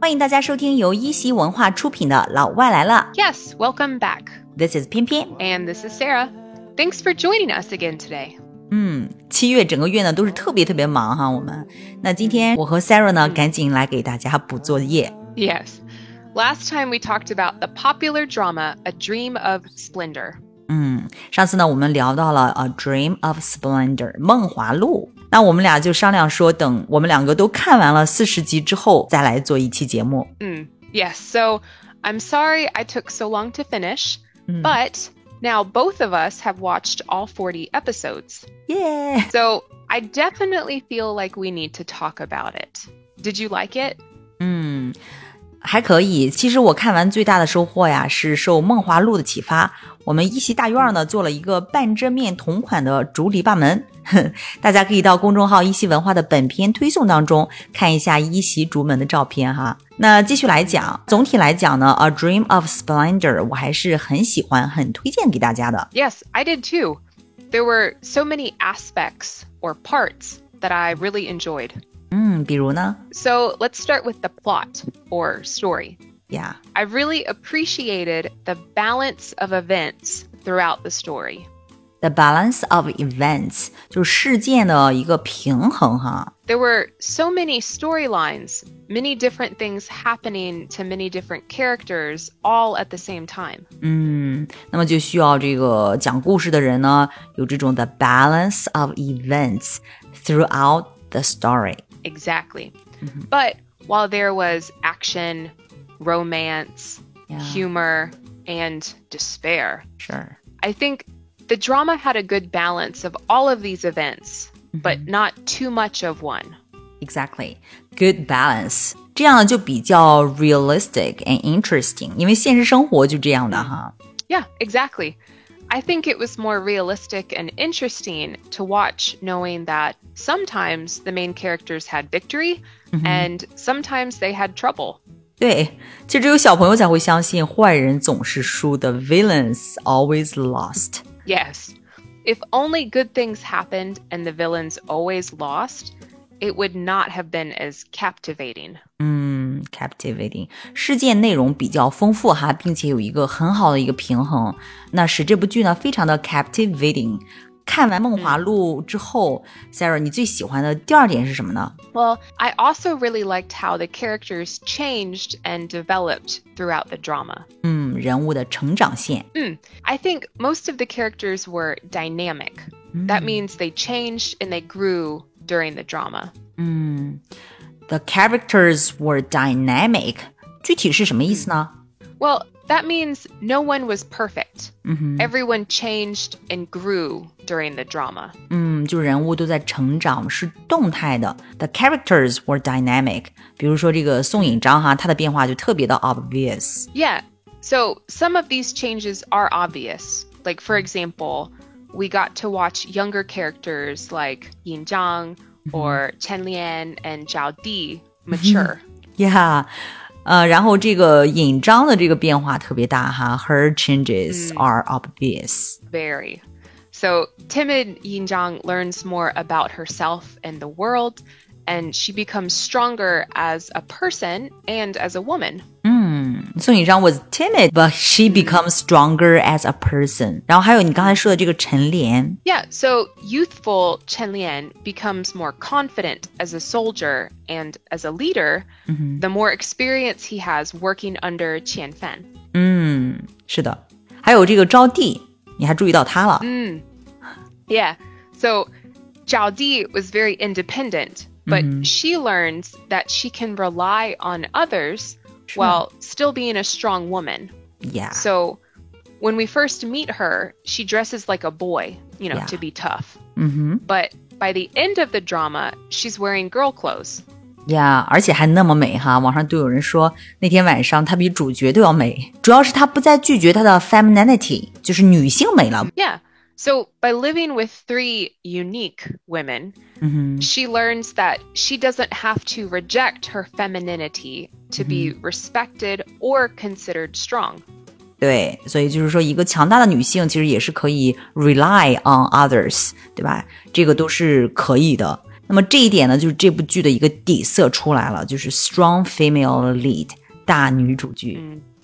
欢迎大家收听由一席文化出品的《老外来了》。 Yes, welcome back. This is 偏偏。 And this is Sarah. Thanks for joining us again today. 嗯，七月整个月呢都是特别特别忙哈，我们。那今天我和 Sarah 呢，赶紧来给大家补作业。 Yes. Last time we talked about the popular drama A Dream of Splendor. 嗯，上次呢，我们聊到了《A Dream of Splendor》梦华录，那我们俩就商量说，等我们两个都看完了四十集之后，再来做一期节目。 Mm, yes, so I'm sorry I took so long to finish, but now both of us have watched all 40 episodes. 耶、 So I definitely feel like we need to talk about it. Did you like it? 嗯，还可以。其实我看完最大的收获呀，是受《梦华录》的启发，我们一席大院呢做了一个半遮面同款的竹篱笆门， 大家可以到公众号“一席文化”的本篇推送当中看一下一席竹门的照片哈。那继续来讲，总体来讲呢，《A Dream of Splendor》我还是很喜欢，很推荐给大家的。 Yes, I did too. There were so many aspects or parts that I really enjoyed. 嗯，比如呢， So let's start with the plot or story. 呀， I really appreciated the balance of events throughout the story. The balance of events 就是事件的一个平衡哈。 There were so many storylines, many different things happening to many different characters all at the same time. 嗯，那么就需要这个讲故事的人呢，有这种 the balance of events throughout the story。 Exactly. But while there was action, romance, Yeah. humor, and despair, 是， I think the drama had a good balance of all of these events, but not too much of one. Exactly, good balance，这样呢就比较 realistic and interesting，因为现实生活就这样的哈。 Yeah, exactly. I think it was more realistic and interesting to watch knowing that sometimes the main characters had victory and sometimes they had trouble. 对，就只有小朋友才会相信坏人总是输的，villains always lost。 Yes. If only good things happened and the villains always lost, it would not have been as captivating. 嗯，captivating，事件内容比较丰富哈，并且有一个很好的一个平衡，那使这部剧呢非常的 captivating。看完《梦华录》之后、s a r a h 你最喜欢的第二点是什么呢？ Well, I also really liked how the characters changed and developed throughout the drama. 嗯，人物的成长线。 Mm, I think most of the characters were dynamic. That means they changed and they grew during the drama. 嗯，the characters were dynamic，具体是什么意思呢？ Well, that means no one was perfect. 嗯哼， Everyone changed and grew during the drama. 嗯，就人物都在成长，是动态的。The characters were dynamic。比如说这个宋引章哈，他的变化就特别的 obvious。 Yeah. So some of these changes are obvious. Like, for example, we got to watch younger characters like Yin Zhang or Chen Lian and Zhao Di mature. Yeah，呃，然后这个引章的这个变化特别大哈，Her changes are obvious。 Very. So, timid Yin Zhang learns more about herself and the world, and she becomes stronger as a person and as a woman. 嗯宋引章 was timid, but she becomes stronger as a person。然后还有你刚才说的这个陈莲， Yeah, so youthful Chen Lian becomes more confident as a soldier and as a leader, the more experience he has working under Qian Fan. 嗯，是的，还有这个招娣，你还注意到她嗯了，Mm. Yeah, so Zhao Di was very independent, but Mm-hmm. she learns that she can rely on others while still being a strong woman. Yeah， So when we first meet her, she dresses like a boy, you know, Yeah. to be tough. 嗯 But by the end of the drama, she's wearing girl clothes. 哼，Yeah，而且还那么美哈，网上都有人说那天晚上她比主角都要美，主要是她不再拒绝她的 femininity，就是女性美了， Yeah. So by living with three unique women, 嗯哼。 she learns that she doesn't have to reject her femininity to be respected or considered strong. 对，所以就是说，一个强大的女性其实也是可以 rely on others，对吧？这个都是可以的。那么这一点呢，就是这部剧的一个底色出来了，就是 strong female lead 大女主剧。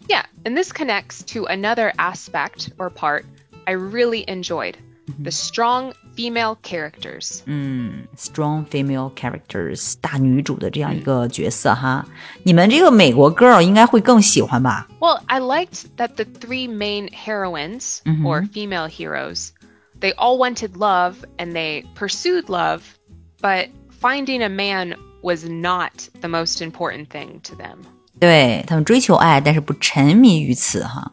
Yeah, and this connects to another aspect or part I really enjoyed the strong female characters. 嗯，strong female characters 大女主的这样一个角色哈，你们这个美国 girl 应该会更喜欢吧？ Well, I liked that the three main heroines or female heroes, they all wanted love and they pursued love, but finding a man was not the most important thing to them. 对他们追求爱，但是不沉迷于此哈。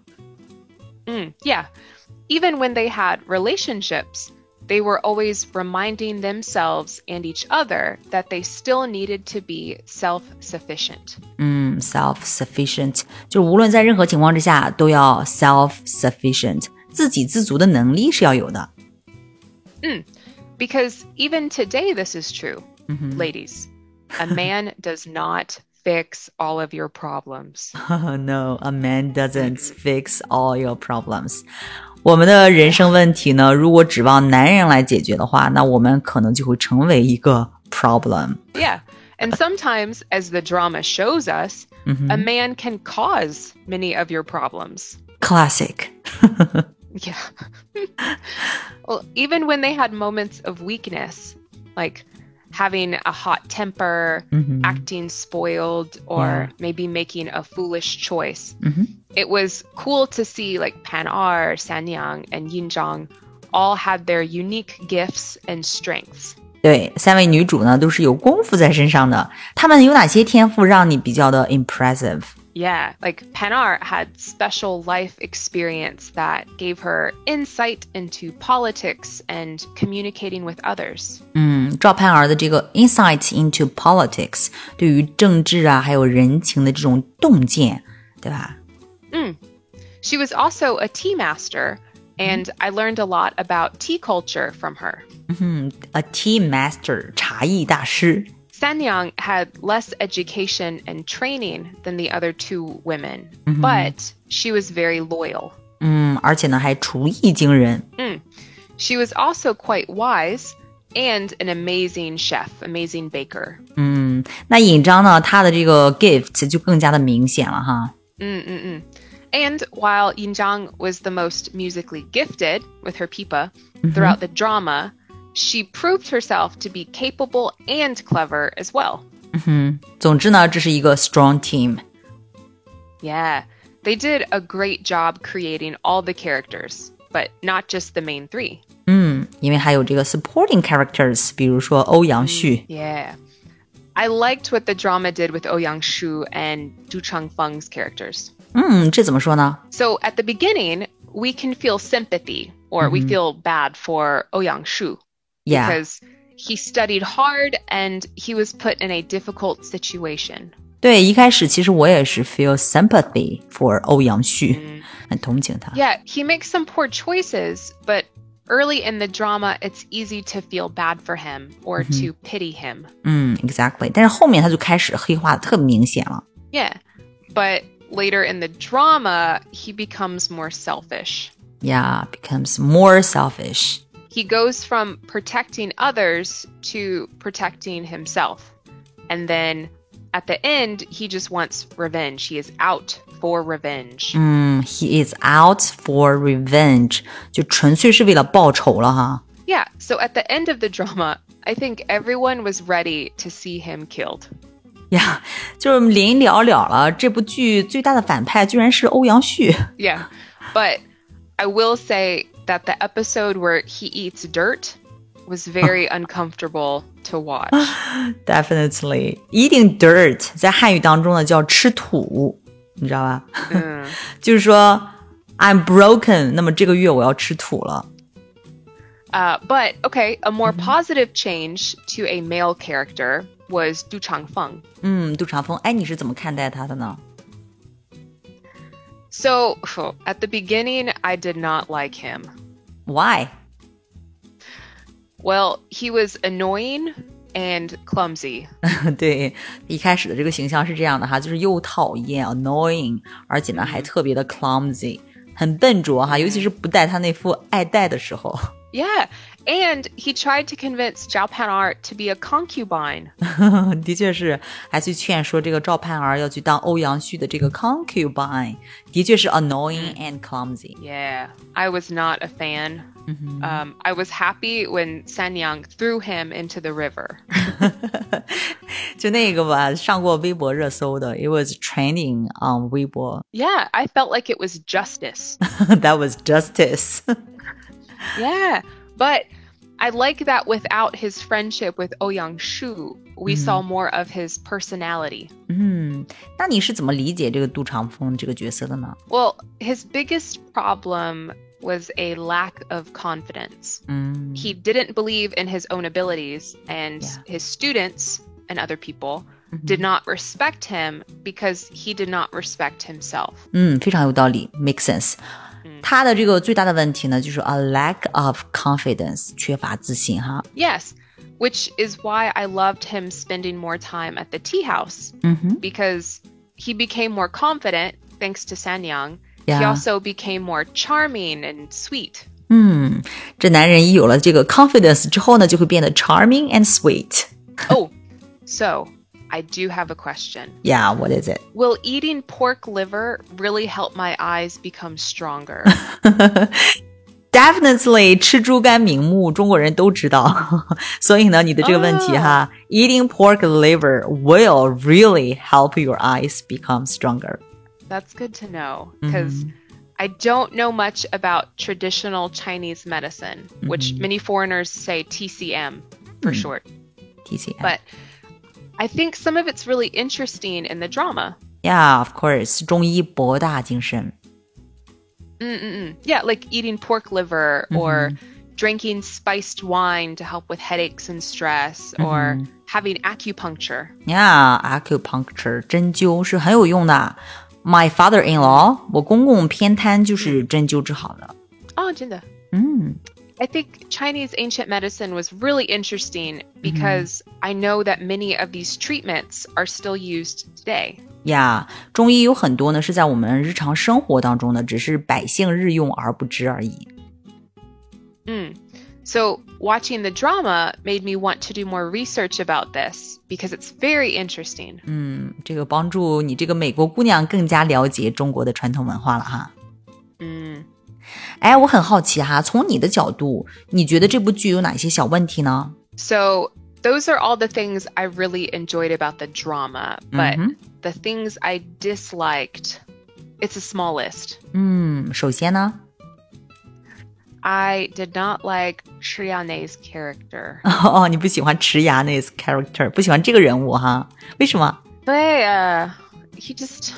Mm, yeah. Even when they had relationships, they were always reminding themselves and each other that they still needed to be self sufficient. 嗯，self sufficient 就是无论在任何情况之下都要 self sufficient，自给自足的能力是要有的。 Because even today, this is true, ladies. A man does not fix all of your problems. no, a man doesn't fix all your problems. 我们的人生问题呢，如果指望男人来解决的话，那我们可能就会成为一个 problem。 Yeah. And sometimes, as the drama shows us, a man can cause many of your problems. Classic， Yeah. well, even when they had moments of weakness, like having a hot temper, acting spoiled, or maybe making a foolish choice, it was cool to see like Pan R, San Yang, and Yin Zhang all had their unique gifts and strengths. 对，三位女主呢都是有功夫在身上的。她们有哪些天赋让你比较的 impressive？ Yeah, like Panar had special life experience that gave her insight into politics and communicating with others. 嗯，赵盼儿的这个 insight into politics 对于政治啊还有人情的这种洞见，对吧？ She was also a tea master, and I learned a lot about tea culture from her. 嗯，a tea master 茶艺大师。 Sanyang had less education and training than the other two women, but she was very loyal. 嗯，而且呢还厨艺惊人。 She was also quite wise and an amazing chef, amazing baker. 嗯那尹章呢，他的这个 gift 就更加的明显了哈。 And while Yinjiang was the most musically gifted with her pipa throughout the drama, she proved herself to be capable and clever as well. 总之呢，这是一个 strong team。 Yeah, they did a great job creating all the characters, but not just the main three. 嗯因为还有这个 supporting characters，比如说欧阳旭。 Yeah. I liked what the drama did with Ouyang Shu and Du Changfeng's characters. 嗯，这怎么说呢？ So at the beginning, we can feel sympathy or we feel bad for Ouyang Shu Yeah， because he studied hard and he was put in a difficult situation. 对，一开始其实我也是 feel sympathy for 欧阳旭，很同情他。 Yeah, he makes some poor choices, but early in the drama, it's easy to feel bad for him or to pity him. 嗯，exactly。但是后面他就开始黑化得特别明显了。 Yeah. But later in the drama, he becomes more selfish. Yeah, becomes more selfish。 He goes from protecting others to protecting himself. And then at the end, he just wants revenge. He is out for revenge. 嗯，He is out for revenge，就纯粹是为了报仇了哈。 Yeah. So at the end of the drama, I think everyone was ready to see him killed. 呀， 就是临了了了，这部剧最大的反派居然是欧阳旭。 Yeah. But I will say that the episode where he eats dirt was very uncomfortable to watch. Definitely eating dirt 在汉语当中呢叫吃土，你知道吧？ 就是说 I'm broken，那么这个月我要吃土了。 Uh, but okay, a more positive change to a male character was Du Changfeng. 嗯，杜长风，哎，你是怎么看待他的呢？ So phew, at the beginning, I did not like him. Why？ Well, he was annoying and clumsy. 对，一开始的这个形象是这样的哈，就是又讨厌 annoying，而且呢还特别的 clumsy，很笨拙哈，尤其是不戴他那副爱戴的时候。 Yeah, and he tried to convince Zhao Pan'er to be a concubine. 的确是，还去劝说这个赵盼儿要去当欧阳旭的这个 concubine，的确是 annoying and clumsy。 Yeah, I was not a fan. Um, I was happy when San Yang threw him into the river. 就那个吧，上过微博热搜的，it was trending on 微博 Yeah, I felt like it was justice. ，that was justice 。 yeah, but I like that without his friendship with Ouyang Shu, we saw more of his personality. 嗯，那你是怎么理解这个杜长风这个角色的呢？ Well, his biggest problem was a lack of confidence. 嗯 He didn't believe in his own abilities, and Yeah. his students and other people Mhm. did not respect him because he did not respect himself. 嗯，非常有道理，make sense 嗯。他的这个最大的问题呢，就是 a lack of confidence，缺乏自信哈。 Yes, which is why I loved him spending more time at the tea house 嗯哼 because he became more confident thanks to Sanyang. He ，yeah， also became more charming and sweet. 嗯，这男人一有了这个 confidence 之后呢，就会变得 charming and sweet。 oh, so I do have a question. Yeah，what is it？ Will eating pork liver really help my eyes become stronger? Definitely，吃猪肝明目，中国人都知道。 所以呢，你的这个问题哈、e a t i n g pork liver will really help your eyes become stronger。 That's good to know because I don't know much about traditional Chinese medicine, which many foreigners say TCM for short. T C M。 But I think some of it's really interesting in the drama. Yeah，of course，中医博大精深。 Mm-mm-mm. Yeah, like eating pork liver or drinking spiced wine to help with headaches and stress or having acupuncture. 啊 Yeah，acupuncture 针灸是很有用的。My father-in-law，我公公偏瘫就是针灸治好的。 Oh, Jinda. 嗯 I think Chinese ancient medicine was really interesting because I know that many of these treatments are still used today. 呀中医有很多呢是在我们日常生活当中呢，只是百姓日用而不知而已。 Mm. So, watching the drama made me want to do more research about this because it's very interesting. 嗯，这个帮助你这个美国姑娘更加了解中国的传统文化了哈。 Mm. 哎，我很好奇哈，从你的角度，你觉得这部剧有哪些小问题呢？ So, those are all the things I really enjoyed about the drama, but Mhm. the things I disliked, it's a small list. 嗯，首先呢， I did not like Shriane's character. 哦，你不喜欢池牙那 character，不喜欢这个人物哈？为什么？ They, uh, he just,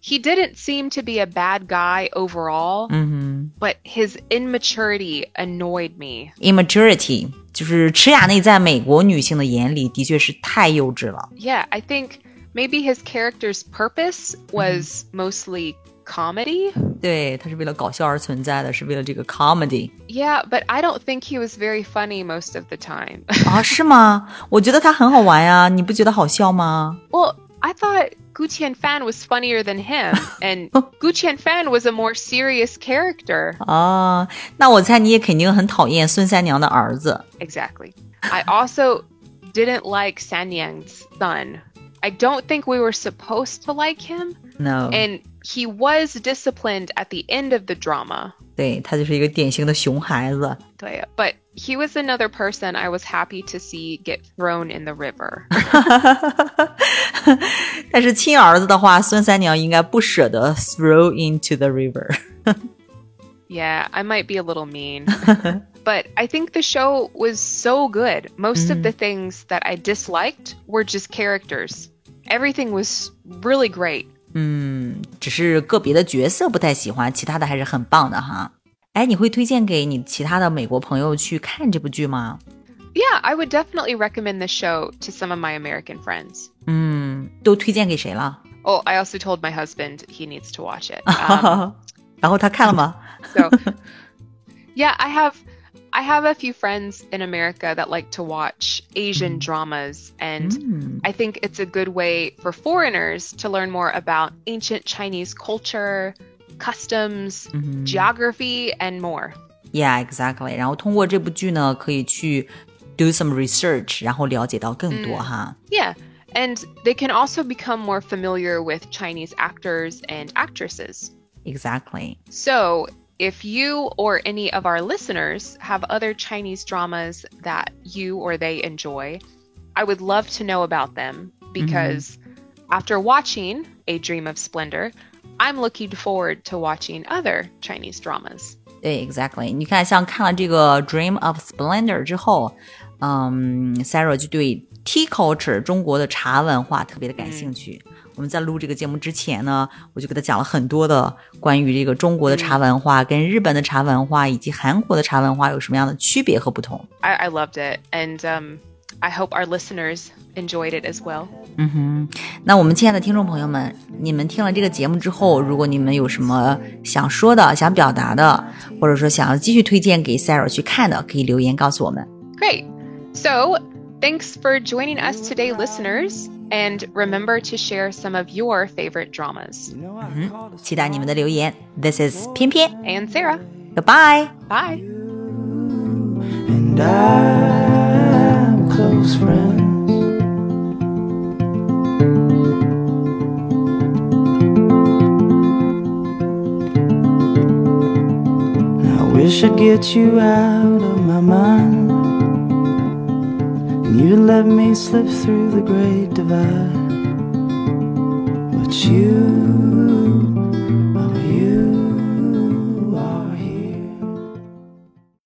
he didn't seem to be a bad guy Mm. overall, 嗯 but his immaturity annoyed me. 哼，immaturity 就是池雅内在美国女性的眼里的确是太幼稚了。 Yeah, I think maybe his character's purpose was mostly comedy. 对，她是为了搞笑而存在的，是为了这个 comedy Yeah, but I don't think he was very funny most of the time. 啊？是吗？我觉得她很好玩呀，你不觉得好笑吗？ well, I thought Gu Tianfan was funnier than him, and Gu Tianfan was a more serious character. 啊，那我猜你也肯定很讨厌孙三娘的儿子。 Exactly. I also didn't like San Yang's son. I don't think we were supposed to like him, No， and he was disciplined at the end of the drama. 对他就是一个典型的熊孩子。 But he was another person I was happy to see get thrown in the river. 但是亲儿子的话，孙三娘应该不舍得 throw into the river。 Yeah, I might be a little mean. but I think the show was so good. Most of the things that I disliked were just characters. Everything was really great. 嗯，只是个别的角色不太喜欢，其他的还是很棒的哈。哎，你会推荐给你其他的美国朋友去看这部剧吗？ Yeah, I would definitely recommend the show to some of my American friends. 嗯，都推荐给谁了？ Oh, I also told my husband he needs to watch it. Um, 然后他看了吗？ so Yeah, I have I have a few friends in America that like to watch Asian dramas and 嗯 I think it's a good way for foreigners to learn more about ancient Chinese culture, customs, 嗯 geography, and more. Yeah, exactly. 然后通过这部剧呢，可以去 do some research，然后了解到更多哈。 Yeah. And they can also become more familiar with Chinese actors and actresses. Exactly. So, if you or any of our listeners have other Chinese dramas that you or they enjoy, I would love to know about them because after watching A Dream of Splendor, I'm looking forward to watching other Chinese dramas. 对，exactly。你看，像看了这个《Dream of Splendor》之后，嗯，Sarah 就对 Tea culture 中国的茶文化特别的感兴趣。我们在录这个节目之前呢，我就给他讲了很多的关于这个中国的茶文化、跟日本的茶文化以及韩国的茶文化有什么样的区别和不同。 I, I loved it. And um, I hope our listeners enjoyed it as well. 那我们亲爱的听众朋友们，你们听了这个节目之后，如果你们有什么想说的、想表达的，或者说想要继续推荐给 Sarah 去看的，可以留言告诉我们。 Great. So, thanks for joining us today, listeners. And remember to share some of your favorite dramas. 期待你们的留言。This is 偏偏 And Sarah, ，Goodbye。 bye. and I'm close friends. I wish I'd get you out of my mind, and you'd let me slip through the great divide, but you. oh,